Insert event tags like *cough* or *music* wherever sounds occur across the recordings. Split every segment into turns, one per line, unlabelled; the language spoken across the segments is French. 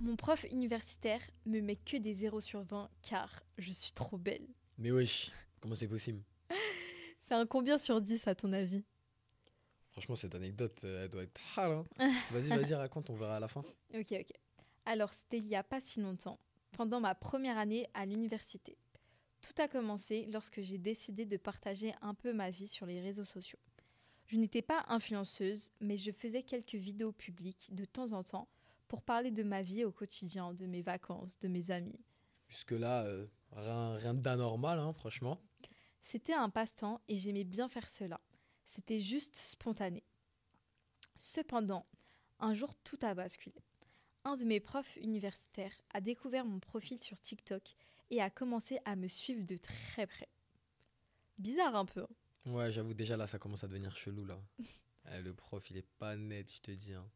Mon prof universitaire me met que des 0 sur 20 car je suis trop belle.
Mais wesh, comment c'est possible
C'est un combien sur 10 à ton avis
Franchement, cette anecdote, euh, elle doit être hal. hein. Vas-y, vas-y, raconte, on verra à la fin.
Ok, ok. Alors, c'était il y a pas si longtemps, pendant ma première année à l'université. Tout a commencé lorsque j'ai décidé de partager un peu ma vie sur les réseaux sociaux. Je n'étais pas influenceuse, mais je faisais quelques vidéos publiques de temps en temps pour parler de ma vie au quotidien, de mes vacances, de mes amis.
Jusque-là, euh, rien, rien d'anormal, hein, franchement.
C'était un passe-temps et j'aimais bien faire cela. C'était juste spontané. Cependant, un jour tout a basculé. Un de mes profs universitaires a découvert mon profil sur TikTok et a commencé à me suivre de très près. Bizarre un peu. hein.
Ouais, j'avoue, déjà là, ça commence à devenir chelou, là. Eh, le prof, il est pas net, je te dis. hein.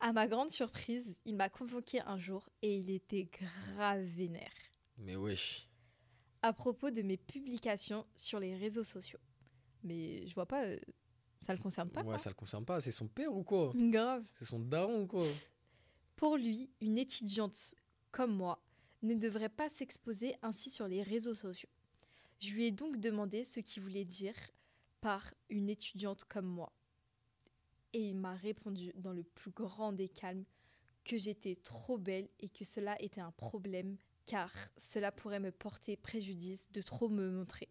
À ma grande surprise, il m'a convoqué un jour et il était grave vénère.
Mais wesh.
à propos de mes publications sur les réseaux sociaux. Mais je vois pas, euh, ça le concerne pas. *laughs*
ouais,
quoi.
ça le concerne pas. C'est son père ou quoi
Grave.
C'est son daron ou quoi
Pour lui, une étudiante comme moi ne devrait pas s'exposer ainsi sur les réseaux sociaux. Je lui ai donc demandé ce qu'il voulait dire par une étudiante comme moi. Et il m'a répondu dans le plus grand des calmes que j'étais trop belle et que cela était un problème car cela pourrait me porter préjudice de trop me montrer.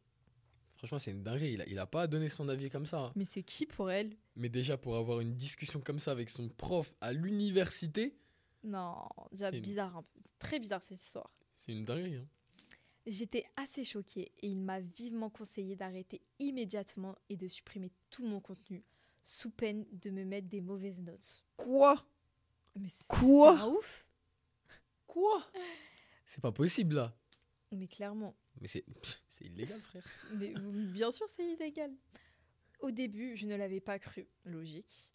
Franchement, c'est une dinguerie. Il a, il a pas donné son avis comme ça. hein.
Mais c'est qui pour elle
Mais déjà, pour avoir une discussion comme ça avec son prof à l'université,
Non, déjà
C'est une-
bizarre, un peu. très bizarre cette histoire.
c'est une dinguerie. hein.
J'étais assez choquée et il m'a vivement conseillé d'arrêter immédiatement et de supprimer tout mon contenu, sous peine de me mettre des mauvaises notes.
Quoi
Mais c'est
Quoi
c'est un ouf
Quoi C'est pas possible, là.
Mais clairement,
Mais c'est *laughs* c'est illégal, frère.
mais vous- bien sûr c'est illégal. Au début, je ne l'avais pas cru, logique.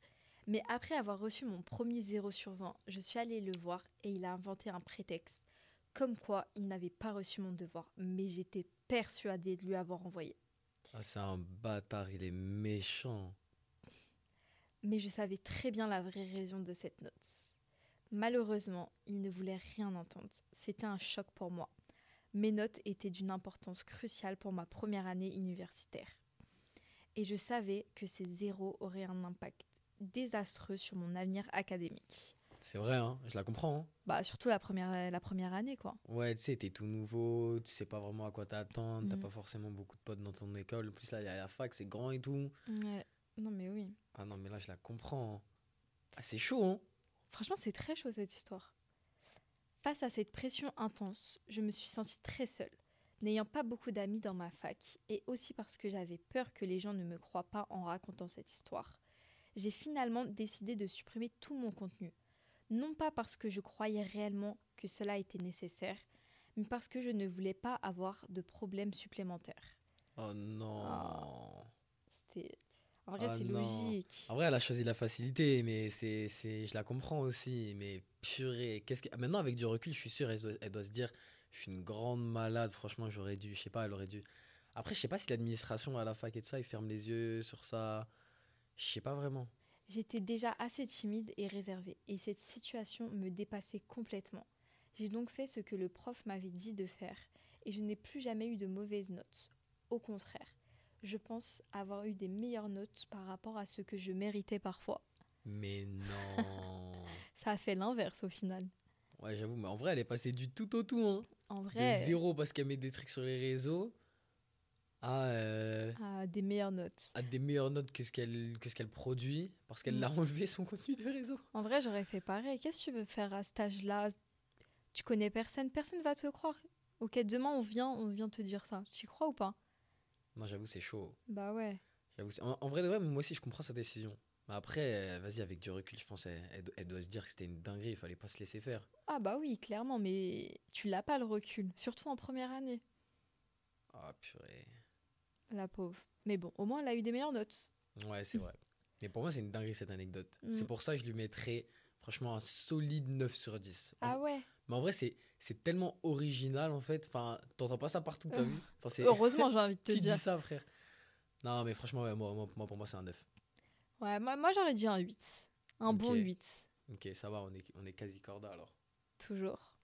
Mais après avoir reçu mon premier 0 sur 20, je suis allée le voir et il a inventé un prétexte, comme quoi il n'avait pas reçu mon devoir, mais j'étais persuadée de lui avoir envoyé.
Ah, c'est un bâtard, il est méchant.
mais je savais très bien la vraie raison de cette note. Malheureusement, il ne voulait rien entendre. C'était un choc pour moi. Mes notes étaient d'une importance cruciale pour ma première année universitaire. Et je savais que ces zéros auraient un impact désastreux sur mon avenir académique.
C'est vrai, hein, je la comprends. hein.
Bah, surtout la première, la première année, quoi.
Ouais, tu sais, t'es tout nouveau, tu sais pas vraiment à quoi t'attendre, t'as
Mhm.
pas forcément beaucoup de potes dans ton école. En plus, là, il y a la fac, c'est grand et tout.
Non, mais oui.
Ah non, mais là, je la comprends. hein. Ah, c'est chaud, hein.
Franchement, c'est très chaud cette histoire. Face à cette pression intense, je me suis sentie très seule, n'ayant pas beaucoup d'amis dans ma fac et aussi parce que j'avais peur que les gens ne me croient pas en racontant cette histoire. J'ai finalement décidé de supprimer tout mon contenu, non pas parce que je croyais réellement que cela était nécessaire, mais parce que je ne voulais pas avoir de problèmes supplémentaires.
Oh non.
C'était en vrai
Ah
c'est
non.
logique.
En vrai, elle a choisi la facilité, mais c'est, c'est, je la comprends aussi. Mais purée, qu'est-ce que. Maintenant, avec du recul, je suis sûr, elle doit, elle doit se dire, je suis une grande malade. Franchement, j'aurais dû, je sais pas, elle aurait dû. Après, je sais pas si l'administration à la fac et tout ça, ils ferment les yeux sur ça. Je sais pas vraiment.
J'étais déjà assez timide et réservée, et cette situation me dépassait complètement. J'ai donc fait ce que le prof m'avait dit de faire, et je n'ai plus jamais eu de mauvaises notes. Au contraire, je pense avoir eu des meilleures notes par rapport à ce que je méritais parfois.
Mais non.
Ça a fait l'inverse au final.
ouais, j'avoue, mais en vrai, elle est passée du tout au tout, hein.
En vrai,
De zéro parce qu'elle met des trucs sur les réseaux à, euh,
à des meilleures notes.
à des meilleures notes que ce qu'elle, que ce qu'elle produit parce qu'elle
Mm.
l'a enlevé son contenu des réseaux.
En vrai, j'aurais fait pareil. Qu'est-ce que tu veux faire à cet âge-là Tu connais personne, personne va te croire. Ok, demain on vient, on vient te dire ça. Tu y crois ou pas
Non, j'avoue, c'est chaud.
Bah ouais.
J'avoue, c'est- en, en vrai de vrai, moi aussi, je comprends sa décision. Mais après, euh, vas-y, avec du recul, je pense elle, elle do- elle doit se dire que c'était une dinguerie, il fallait pas se laisser faire.
Ah bah oui, clairement, mais tu l'as pas le recul, surtout en première année,
Ah, purée.
la pauvre. Mais bon, au moins elle a eu des meilleures notes.
Ouais,
*laughs*
c'est vrai. Mais pour moi, c'est une dinguerie cette anecdote.
Mm.
C'est pour ça que je lui mettrais, franchement, un solide 9 sur 10. En-
Ah ouais,
Mais en vrai, c'est c'est tellement original, en fait. Enfin, t'entends pas ça partout, t'as
Euh,
vu
*laughs*
Enfin, c'est-
heureusement j'ai envie de te
Qui
dire.
dit ça, frère Non, mais franchement, ouais, moi, moi- moi, pour moi, c'est un 9.
Ouais, moi, moi j'aurais dit un 8. Un bon
Ok.
8.
Ok, ça va, on est, on est quasi corda alors.
toujours.